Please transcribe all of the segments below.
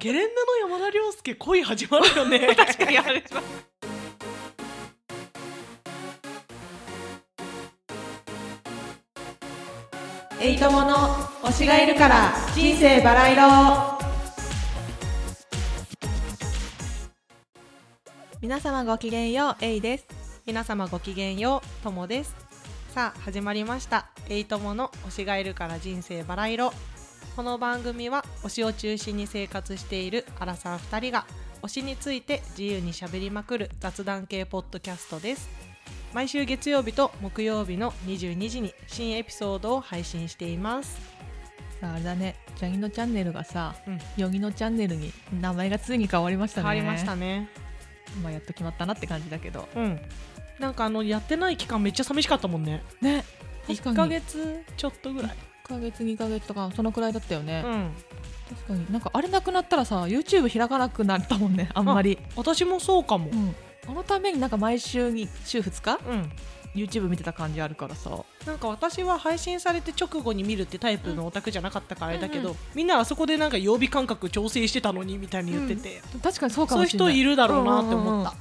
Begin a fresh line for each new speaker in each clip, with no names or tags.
ゲレンデの山田涼介恋始まるよね
確かにあれ
エイトモの推しがいるから人生バラ色皆様ごきげんようエイです皆様ごきげんようともですさあ始まりましたエイトモの推しがいるから人生バラ色この番組は推しを中心に生活しているアラサー2人が推しについて自由にしゃべりまくる雑談系ポッドキャストです毎週月曜日と木曜日の22時に新エピソードを配信しています
さああれだねジャギのチャンネルがさ、
うん
ヨギのチャンネルに名前がついに変わりました
変
ね
わりましたね
まあやっと決まったなって感じだけど
うんなんかあのやってない期間めっちゃ寂しかったもんね
ね
1
確
ヶ
かに1
月ちょっとぐらい
ヶ月2ヶ月とかそのくらいだったよね、
うん
確かになんかあれなくなったらさ YouTube 開かなくなったもんね あんまり
私もそうかも
うんそのためになんか毎週に週2日
うん
YouTube 見てた感じあるからさ
なんか私は配信されて直後に見るってタイプのオタクじゃなかったからあれだけど、
うん
みんなあそこでなんか曜日感覚調整してたのにみたいに言ってて、
確かにそうか
そうい
も
う
しれない
人いるだろうなって思った、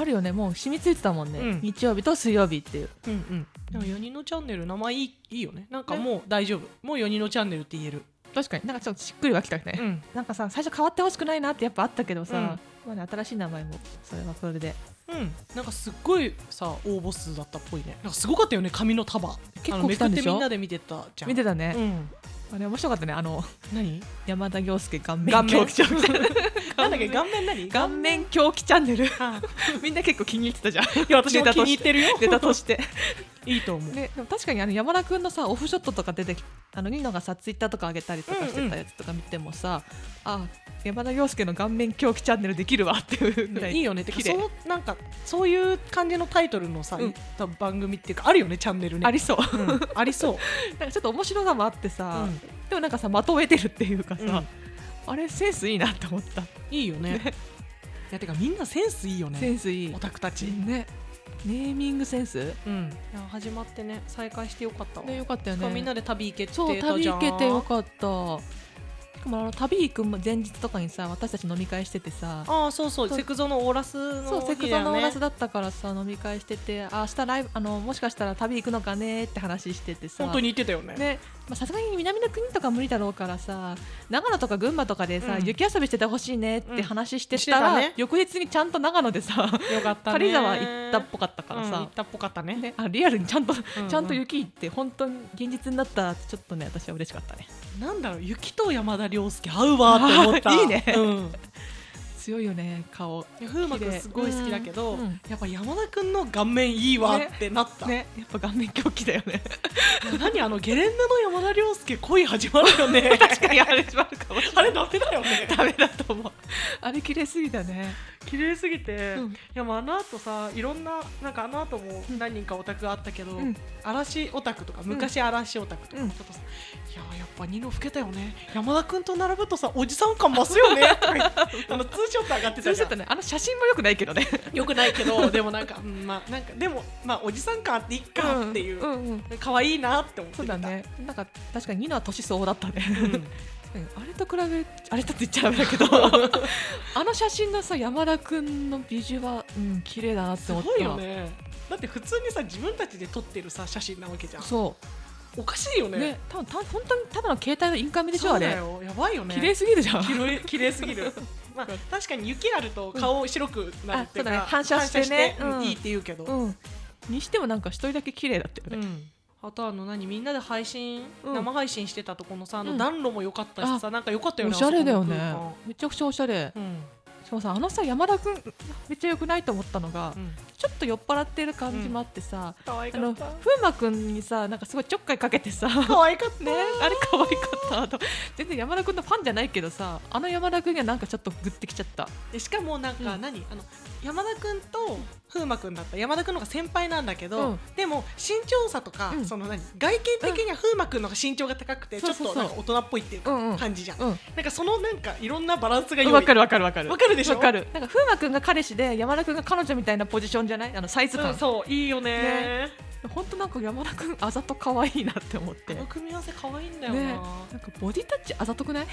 あるよねもう染みついてたもんね、
うん
日曜日と水曜日っていう
うんうんでも4人のチャンネル名前いいいいよねなんかもう大丈夫もう4人のチャンネルって言える、
確かになんかちょっとしっくりはきたね、
うん、
なんかさ最初変わってほしくないなってやっぱあったけどさ、まあね、新しい名前もそれはそれで
うん、なんかすっごいさ応募数だったっぽいねなんかすごかったよね紙の束
結構
あのめ
来
く
た
っ
んで
て
しょ
みんなで見てたじゃん
見てたね、
うん
あれ面白かったねあの
何
山田涼介顔面
顔面
狂気チャンネル
なんだっけ顔面何
顔面狂気チャンネル
あ
みんな結構気に入ってたじゃん
いや私も
ネタ
気
と
に入
し
ってるよ
ネタとして
いいと思う、
ででも確かにあの山田君のさオフショットとか出てきあのニノがさツイッターとか上げたりとかしてたやつとか見てもさ、あ山田涼介の顔面狂気チャンネルできるわっていうぐらい、
いいよねてか
綺麗
そのなんかそういう感じのタイトルのさ、
うん
多分番組っていうかあるよねチャンネルね
ありそう
うんありそう、
なんかちょっと面白さもあってさ、
うん
でもなんかさまとえてるっていうかさ、
うん
あれセンスいいなって思った、
いいよねいやてかみんなセンスいいよ
セ
ね
ンスいい
オタクたち、
ねネーミングセンス
うん、いや始まってね再開してよかったわ、
ねよかったよ
しか
ね
もみんなで旅行けってた
そう
じゃん
旅行けてよかったしかもあの旅行く前日とかにさ私たち飲み会しててさ
ああそうそう
そう
セクゾのオーラス
そ
の
うセク
日
ゾ
だよ
のオーラス
ね
だったからさ飲み会しててあ明日ライブあのもしかしたら旅行くのかねって話しててさ
本当に言ってたよね
ねまあさすがに南の国とか無理だろうからさ長野とか群馬とかでさ、
うん
雪遊びしててほしいねって話してた
うん
ら、
してたね
翌日にちゃんと長野で さ
よかったね
軽井沢行ったっぽかったから
うん行
さ
っ、たっぽかったね
ね、あリアルにちゃんと、
うん
ちゃんと雪行って本当に現実になったってちょっとね私は嬉しかったね
なんだろう雪と山田涼介合うわって思った
あーいいね
うん
強いよね顔
いや風磨くんすごい好きだけど、
うんうん
やっぱ山田くんの顔面いいわってなった、
ねやっぱ顔面狂気だよね
何あのゲレンデの山田涼介恋始まるよね
確かにあれしまるかもしれ
あれダメだよね
ないダメだと思うあれ綺麗すぎだね
綺麗すぎて、
うん
いやもうあの後さいろんななんかあの後も何人かオタクがあったけど、
うん
嵐オタクとか昔嵐オタクとか、
うん
ちょっとさいやーやっぱニノ老けたよね山田君と並ぶとさおじさん感増すよ ねとか言ってあのツーショット上がって
そ
た
う
じ
し
ゃ
っ
ん
たねあの写真も良くないけどね
よくないけど でもなんか、うんまあなんかでもまあおじさん感あっていっかっていう、
んんうん
可愛いなって思って
そう
見た
だねなんか確かにニノは年相応だったね、
うん
あれと比べあれとって言っちゃダメだ けどあの写真のさ山田くんの美女はうん綺麗だなって
す
思った
ごいよねだって普通にさ自分たちで撮ってるさ写真なわけじゃん
そ
おかしいよ
う
ね
ね多分た本当にただの携帯のインカメでしょ
そ
あ
うだ
れ
よやばいよね
綺麗すぎるじゃん
綺麗綺麗すぎ るまあ確かに雪あると顔白くなるっていうか、
うんあそうだね反射して
反射し
ね
てうん
うん
いいって言うけど、
うんにしてもなんか一人だけ綺麗だったよね、
うんあとあの何みんなで配信、
うん
生配信してたとこのさあの
うん
暖炉も良かったしさ、なんか良かったよ
お
ね
しゃれだよね
あそこの
めちゃくちゃおしゃれ
空間うん
しかもさあのさ山田くんめっちゃ良くないと思ったのが、
うん
ちょっと酔っ払ってる感じもあってさ、
可愛
あ
か
の
っ
風
た
磨くんにさなんかすごいちょっかいかけて さ
可愛かった
ね、あれ可愛かったと全然山田君のファンじゃないけどさあの山田君にはなんかちょっとグッてきちゃった
でしかもなんか
うん
何、あの山田君と風磨君だった山田君の方が先輩なんだけど、
うん
でも身長差とか、
うん
その何外見的には風磨君の方が身長が高くて、
ん
ちょっ
そう
と
そうそう
なんか大人っぽいっていう
うんう
か
ん
感じじゃん、
うん
なんかそのなんかいろんなバランスが良い
わかるわかるわかる
わかるでしょ
わかるなんか風磨君が彼氏で山田君が彼女みたいなポジションじゃないあのサイズ
うん
感、
そういいよね
ねほんとなんか山田君あざ と可愛いなって思って
この
ね
組み合わせ可愛いんだよな、
なんかボディタッチあざとくない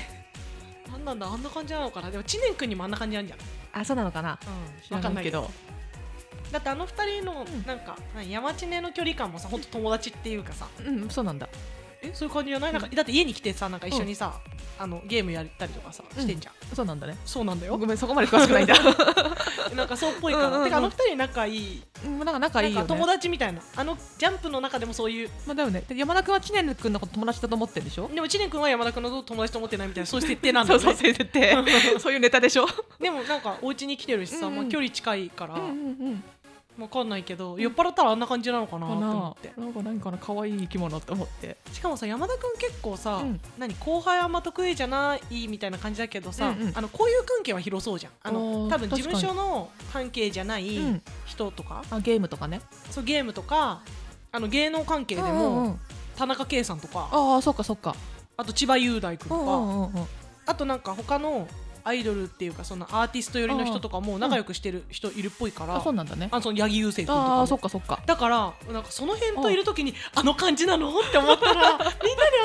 なん
なんだあんな感じなのかなでも知念君にもあんな感じなんじゃない、
あそうなのかな知
わ
ら
かんな
ないい
け
け
ど
ど
だってあの二人の
うん
なんか、何山知根の距離感もさ本当友達っていうかさ
うんそうなんだ
えそういう感じじゃないなんかだって家に来てさなんか一緒にさ、あのゲームやったりとかさしてんじゃん、
そうなんだね
そうなんだよ
ごめんそこまで詳しくない んだ
なんかそうっぽいから、
うんうんうん
てかあの二人仲いい
うんなんか仲いいよ
なん
ね
か友達みたいなあのジャンプの中でもそういう
まあだよねで山田君は知念君のこと友達だと思ってるでしょ
でも知念君は山田君のこと友達と思ってないみたいなそういう設定なんだ
そ
よね
うそうそう言って そういうネタでしょ
でもなんかお家に来てるしさ、
うんうん
まあ、距離近いから、
うん
わかんないけど酔っ払ったらあんな感じなのかなと
か
思
な
って
なんか何かな可愛い生き物と思って
しかもさ山田君結構さ、
うん
何後輩はあんま得意じゃないみたいな感じだけどさ、
うんうん
あのこういう関係は広そうじゃんあの
あー
多分事
確かに
務所の関係じゃない
うん
人とか、
あゲームとかね
そうゲームとかあの芸能関係
で
でも、田中圭さんとかあ
ああそっかそっか
と千葉雄大君とか、
うんうんうん
あとなんか他のアイドルっていうかそのアーティスト寄りの人とかも仲良くしてる人いるっぽいから、
あそうなんだね
あその八木雄星君とかも
ああーそっかそっか
だからなんかその辺といるときにあの感じなのって思ったらみんなで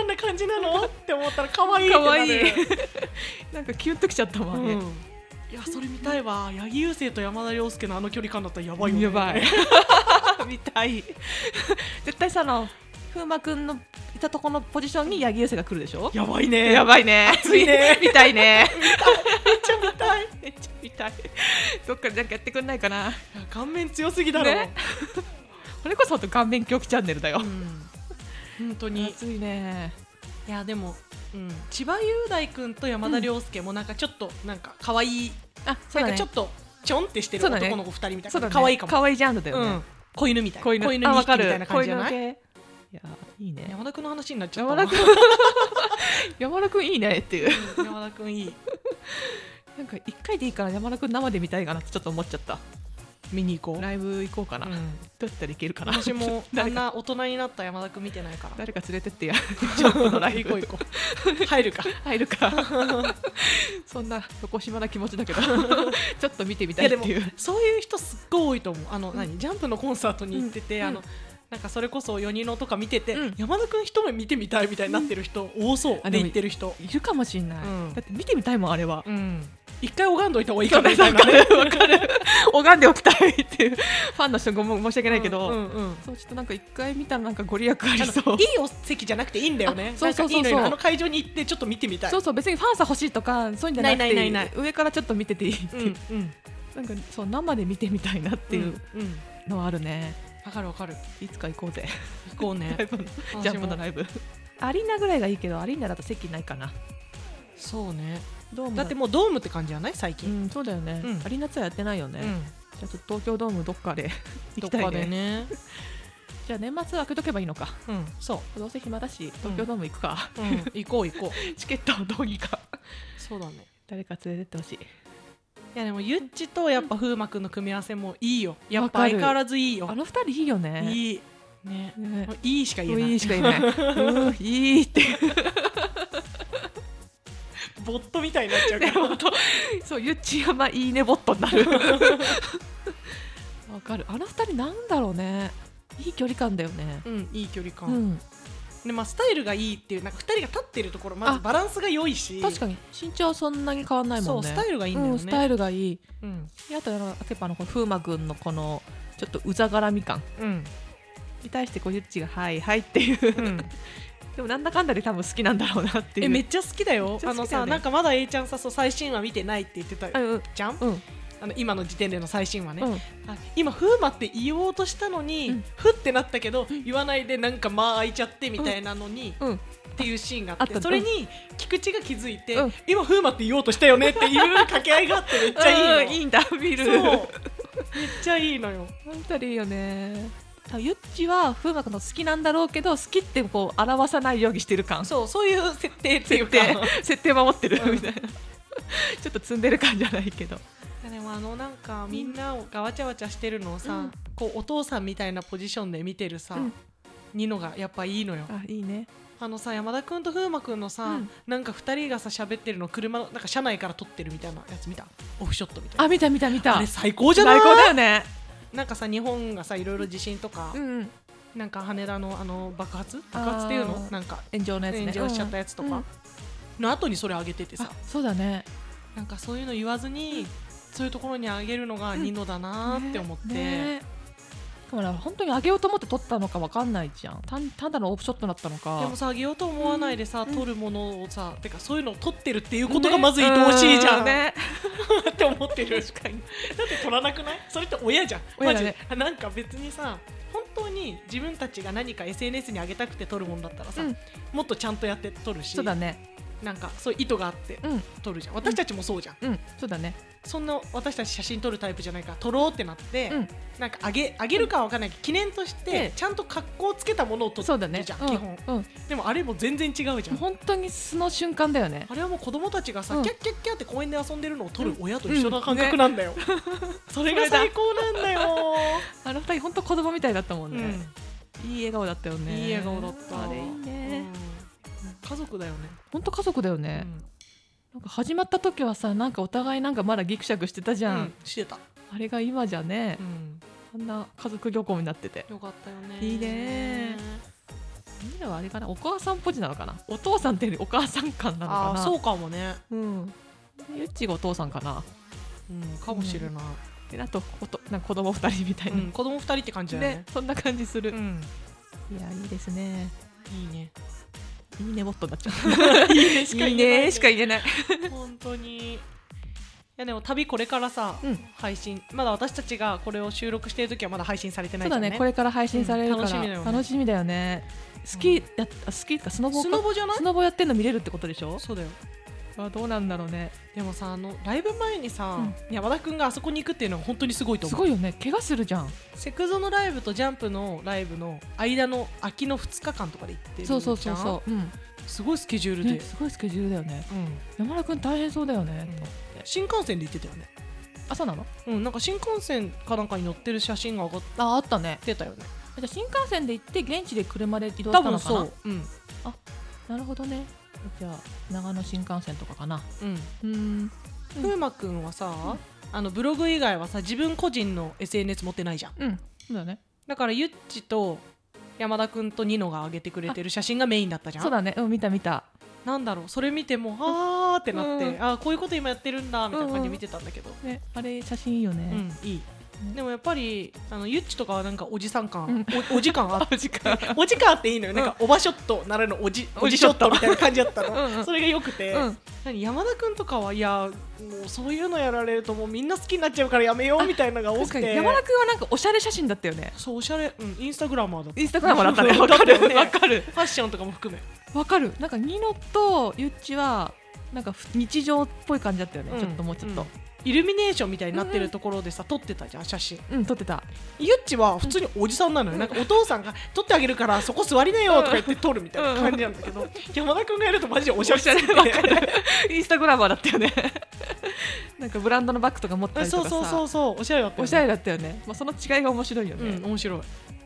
あんな感じなのって思ったら可愛いって
可
なる
愛いなんかキュンときちゃったわ
うん
ね、
いやそれ見たいわ八木雄星と山田涼介のあの距離感だったらやばいよね
やばい 見たい絶対さあの風磨くんのいたとこのポジションに八木優勢が来るでしょ
やばいね
やばいね
熱いね
見たいね
めっちゃ見たいい
めっちゃ見たいどっかでなんかやってくんないかな
や顔面強すぎだろ、
ねこれこそ本当顔面狂気チャンネルだよ
う、ん本当にい
熱いね
やでも、うん、千葉雄大君と山田涼介もなんかちょっとなんか可愛い、
あそう
なんか
だね
ちょっとちょんってしてる
そうだね
男の子二人みたい
そうだ
な
ね
可愛いかも
可愛いジャンルだよ
う
ね
ん、子犬みたいな
あ
子犬2
わ
匹
か
み
る
たいな感じじゃない
子犬系いやいいね
山田君の話になっちゃった
山
な
田君山田君いいねっていう
うん山田君いい
なんか一回でいいから山田君生で見たいかなってちょっと思っちゃった
見に行こう、
ライブ行こうかな、
う
ど
ん
うやったらいけるかな
私もあ
誰
ん
か
な大人になった山田君見てないから
誰か連れてって やちょっとのライ
行こう
ブ
行こう入るか
入るか そんな横島な気持ちだ けどちょっと見てみたいって
い
い
やで
う
そういう人すっごい多いと思うあの、
うん
何ジャンプのコンサートに行ってて、
うん
あ
う
のなんかそれこそ4人のとか見てて、
うん
山田君一目見てみたいみたいになってる人多そう、
あ
で
でも
行ってる人
いるかもしんない、
うん
だって見てみたいもんあれは、
うん一回拝んどいた方がいい
そ
か
う
な
ね
みた
わ
いな
か
ね
る わかる拝んでおきたいって いうファンの人ごめん申し訳ないけど、
うんうんうん
そうちょっとなんか一回見たらなんかご利益あり
あ
そ
の
う
いいお席じゃなくていいんだよね
あそうそうそう
なんか
そう
いいのよあの会場に行ってちょっと見てみたい
そうそう別にファンさ欲しいとかそういうんじゃなくてい
な
い
いないない
上からちょっと見てていいって
うん
いう、
うん、っ
なんかそう生で見てみたいなって
てい、
いううん
うん
のはあるね、
わかるわかる
いつか行こうぜ
行こう ね
ライブのジャンプのライブアリーナぐらいがいいけどアリーナだと席ないかな
そうね
ドーム
だってもうドームって感じじゃない最
う
近、
んそうだよね、
うん
アリーナツアーやってないよね、じゃあちょっと東京ドームどっ かで行きたい
どっか
ね
でね
じゃあ年末は開けとけばいいのか
うんそ
どうせ暇だし東京ドーム行くか、
う、うん、行こう行こ
チケットをどうにか
うそうだね
誰か連れてってほしい
いやでもゆっちとやっぱ風磨くんの組み合わせもいいよやっぱ
わか
相
る
変わらずいいよ
あの二人いいよね
いいね
ね
もういいしか言えない
いいしか 言えないうんいいって
ボットみたいになっちゃうか
で
ら
本当そうゆっちやまいいねボット になるわかるあの二人なんだろうねいい距離感だよね
うんいい距離
う
感、
ん、
でまあスタイルがいいっていうなんか2人が立ってるところまず
あ
バランスが良いし
確かに身長そんなに変わんないもん
そ
ね
うスタイルがいいんだよね、
うん、スタイルがいい
うん
であとあのやっぱあのこの風磨君のこのちょっとうざがらみ感
うん
に対してこうゆっちが「はいはい」っていう、
うん
でもなんだかんだで多分好きなんだろうなっていう
えめっちゃ好きだよ
めっちゃ
あ
好
の
きだよ
さ
ね
なんかまだ A ちゃんさそう最新話見てないって言ってた
あうん
じゃん
うん
あの今の時点での最新話ね、
うん
あ今風磨って言おうとしたのに、
うん
ふってなったけど言わないでなんか間空いちゃってみたいなのに、
うん
っていうシーンがあ
あ
っ
った
て
ね
それに菊池が気づいて、
うん
今風磨って言おうとしたよねっていう掛け合いがあってめっちゃい
うん
い
い
の
いんだ見る
そうめっちゃいいのよ
あの二人いいよね多分ゆっちは風磨君の好きなんだろうけど好きってこう表さないようにしてる感
そうそういう設定ってい
設
うか
定設定守ってる
うん
みたいな、 ちょっと積んでる感じゃないけど
でもあのなんかみんながわちゃわちゃしてるのをさ、
うん
こうお父さんみたいなポジションで見てるさ、
うん
ニノがやっぱいいのよ
あいいね
あのさ山田君と風磨君のさ、
うん
なんか二人がさ喋ってるの車のなんか車内から撮ってるみたいなやつ見たオフショットみたいな
あ見た見た見た
あれ最高じゃない
最高だよね
なんかさ日本がさいろいろ地震とか、
うん
なんか羽田のあの爆発爆発っていうの
あー
なんか
炎上のやつね
炎上しちゃったやつとか、
うん
の後にそれあげててさ
あそうだね
なんかそういうの言わずに、そういうところにあげるのが二のだなーって思って、
ねでもな本当に上げようと思って取ったのかわかんないじゃん単単なるオフショットだったのか
でもさあげようと思わないでさ、取るものをさてかそういうのを取ってるっていうこと
ね
がまず愛おしいじゃん、
うね
って思ってる確かにだって取らなくないそれって親じゃん
親だね
マジでなんか別にさ本当に自分たちが何か SNS に上げたくて取るもんだったらさ、
うん
もっとちゃんとやって取るし
そうだね
なんかそういう意図があって
うん
取るじゃん私たちもそうじゃん、
うんそうだね
そんな私たち写真撮るタイプじゃないから撮ろうってなって、
うん
なんかあげあげるかは分かんないけど記念として
で
ちゃんと格好をつけたものを撮
そう
っ
だ
て
ね
るじゃん、
うん
基本
うん
でもあれも全然違うじゃん
本当に素の瞬間だよね
あれはもう子供たちがさ、
うん
キャッキャッキャって公園で遊んでるのを撮る
う
親と一緒な感覚なんだよ、 それが最高なんだよ
あの二人本当子供みたいだったもん
う
ね、いい笑顔だったよね
いい笑顔だった
あれいいね、
ん家族だよね、
本当家族だよね、なんか始まった時はさなんかお互いなんかまだギクシャクしてたじ
う
ゃ
ん
ん、
うんしてた、
あれが今じゃね
う、ん、
あんな家族旅行になってて
よかったよね
いいねみんなはあれかなお母さんポジなのかなお父さんっていうよりお母さん感なの
あ
か
あ
な
そうかもね、
うんゆっちがお父さんかな
うん、かもしれない、
であとおとなんか子供二人みたいな、
うん子供二人って感じだよね
ねそんな感じする、
うん
いやいいですね
いいね
いいねボットになっちゃ
いいね
ういいねしか言えない
本当にいやでも旅これからさ、
うん
配信まだ私たちがこれを収録している時はまだ配信されてない
そ
うじゃ
だ
んね
ねこれから配信されるから、
うん楽しみだよね
楽しみだよねスキーやっあスキーかスノボ
ス
か
ノボじゃない
スノボやってんの見れるってことでしょ
そうだよ
あどうなんだろうね
でもさあのライブ前にさ、
うん
山田君があそこに行くっていうのは本当にすごいと
す
思う
ごいよね怪我するじゃん
セクゾのライブとジャンプのライブの間の空きの2日間とかで行ってるじゃ
そ
ん
うそうそうそう、うん
すごいスケジュールで、
ね、すごいスケジュールだよね
うん
山田君大変そうだよね、
うん新幹線で行ってたよね
あそうなの
うんなんか新幹線かなんかに乗ってる写真が上がっ
ああったね
てたよね
じゃあ新幹線で行って現地で車で移動し
多
たの
分
かな
そううん
なるほどねじゃあ長野新幹線とかかな
うん
うんうん
風磨くんはさ、あのブログ以外はさ自分個人の SNS 持ってないじゃん
うんそうだね
だからゆっちと山田くんとニノが上げてくれてる写真がメインだったじゃん
そうだねうん見た見た
なんだろうそれ見てもあーってなって、
うん
あーこういうこと今やってるんだみたいな感じで見てたんだけど、
ねあれ写真いいよ
うん
ね、
いい
うん
でもやっぱりあのゆっちとかはなんかおじさん感、
うん
おおじ感あって
お時間
おじ感あっていいのよ、なんかおばショットならぬおじおじショットみたいな感じだったの
うんうん
それがよくて、
うん
何山田くんとかはいやもうそういうのやられるともうみんな好きになっちゃうからやめようみたいなのが多
確
く
かに
て
山田君はなんかおしゃれ写真だったよね
そうおしゃれ、うん、インスタグラマーだった
インスタグラムだったねわか
だったよ
る
ね
わかる
ファッションとかも含め
わかるなんかニノとゆっちはなんかふ日常っぽい感じだったよね、
うん
ちょっともうちょっと
イルミネーションみたいになってるところでさ撮ってたじゃん写真
うん、撮ってた
ゆっちは普通におじさんなのよ、なんかお父さんが「撮ってあげるからそこ座りなよ」とか言って撮るみたいな感じなんだけど、山田君がやるとマジでおしゃれすぎて
インスタグラマーだったよねなんかブランドのバッグとか持ったりと
そ
か
うそう
さ
そうそうおしゃれだったよね
おしゃれだったよね、まあ、その違いが面白いよね、
うん面白い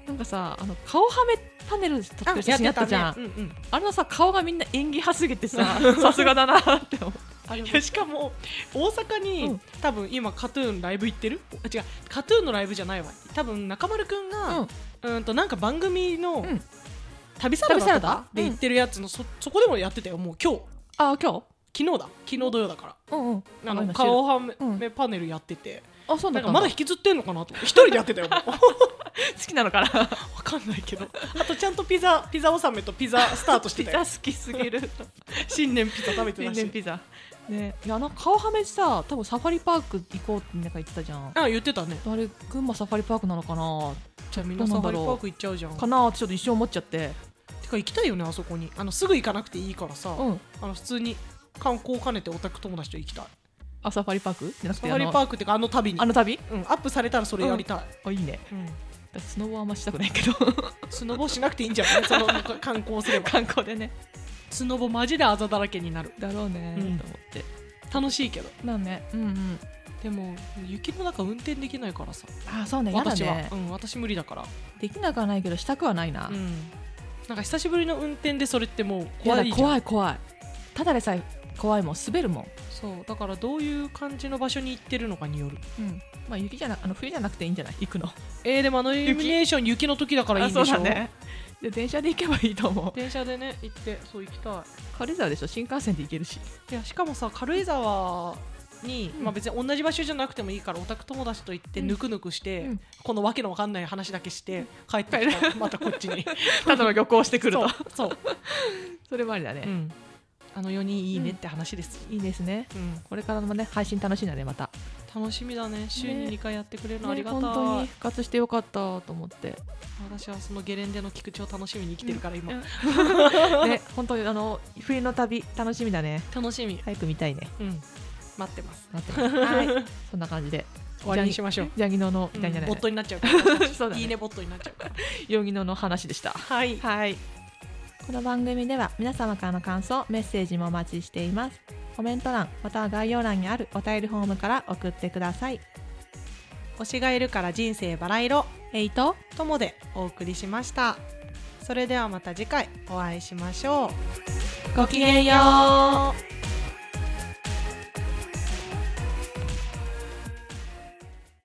なんかさあの顔はめパネル撮ってる写真あったじゃんあ,、
ねうんうん
れのさ顔がみんな演技派すぎてささすがだなって思うあれ
いやしかも大阪に、
うん
多分今カトゥーンライブ行ってるあ違うカトゥーンのライブじゃないわ多分中丸くんが、
うん
うん、となんか番組の、
ん
旅サラダ
旅サラ
とか
ダ
で行ってるやつの、そそこでもやってたよもう今日
あ今
昨日だ昨日土曜だか
日うんうん
らあの顔
あ
はめ,、
うん
パネルやってて
今知るあそう
な
だ
ん
った
か
ん
ま
だ
だ引きずってんのかなと思って一人でやってた よもうわ
好きなのかな
かんないけどあとちゃんとピザピザ納めとピザスタートして
ピ
た
ザ
よ
好きすぎる
新年ピザ食べて
天
たし
然ピザねいやなんか顔はめさ多分サファリパーク行こうってなんか言ってたじゃん
あ言ってたね
あれ群馬サファリパークなのかな
じゃあみんなサファリパーク行っちゃうじゃん
かなってちょっと一瞬思っちゃって
てか行きたいよねあそこにあのすぐ行かなくていいからさ、
うん
あの普通に観光兼ねてオタク友達と行きたい
あサファリパークじゃなく
サ
て
ファリ
あ
パークってかあの旅に
のあの旅
うん、アップされたらそれやりたい、
あいいね
うん
私スノボはあんましたくないけど
スノボしなくていいんじゃ ないその観光すれば
観光でね
スノボマジであざだらけになる
だろうね
うん
と思って
楽しいけど
まあねうんうん
でも雪の中運転できないからさ、
あそうねやだ
私は
ね、
うん、私無理だから、
できなくはないけどしたくはないな
う、ん、なんか久しぶりの運転でそれってもう
や
怖
だ
いじゃん
怖い怖いただでさえ怖いもん滑るもん、
そうだからどういう感じの場所に行ってるのかによる
うんまあ雪じゃなあの冬じゃなくていいんじゃない行くの
えー、でもあのイルミネーション雪の時だからいいんでしょ
あそうだねで電車で行けばいいと思う
電車でね行ってそう行きた
軽井沢でしょ新幹線で行けるし
いいやしかもさ軽井沢に、
うん
まあ別に同じ場所じゃなくてもいいからオタク友達と行って
うん
ぬくぬくして、
うん
このわけのわかんない話だけして帰ってきたらまたこっちに
ただの旅行をしてくる
そ
と
う
そ
そう、
れもありだね、
うん、あの4人いいねって話です、
いいですね
うん
これからもね配信楽しいんだねまた
楽しみだね週に
ね
2回やってくれるのありがたい、
本当に復活してよかったと 思って
私はそのゲレンデの菊池を楽しみに生きてるから今、
うんね本当にあの冬の旅楽しみだね
楽しみ、
早く見たいね
うん、待ってます
待ってますはいそんな感じで
終わりにしましょう
ジャギノのジャギノ
うん
の
ボットになっ ちゃうから、
そうだね
いいねボットになっちゃうから
ヨギノの話でした
はい
はい。この番組では皆様からの感想、メッセージもお待ちしています。コメント欄、または概要欄にあるお便りフォームから送ってください。
推しがいるから人生バラ色
えいと、
ともでお送りしましたそれではまた次回お会いしましょう
ごきげんよう。
う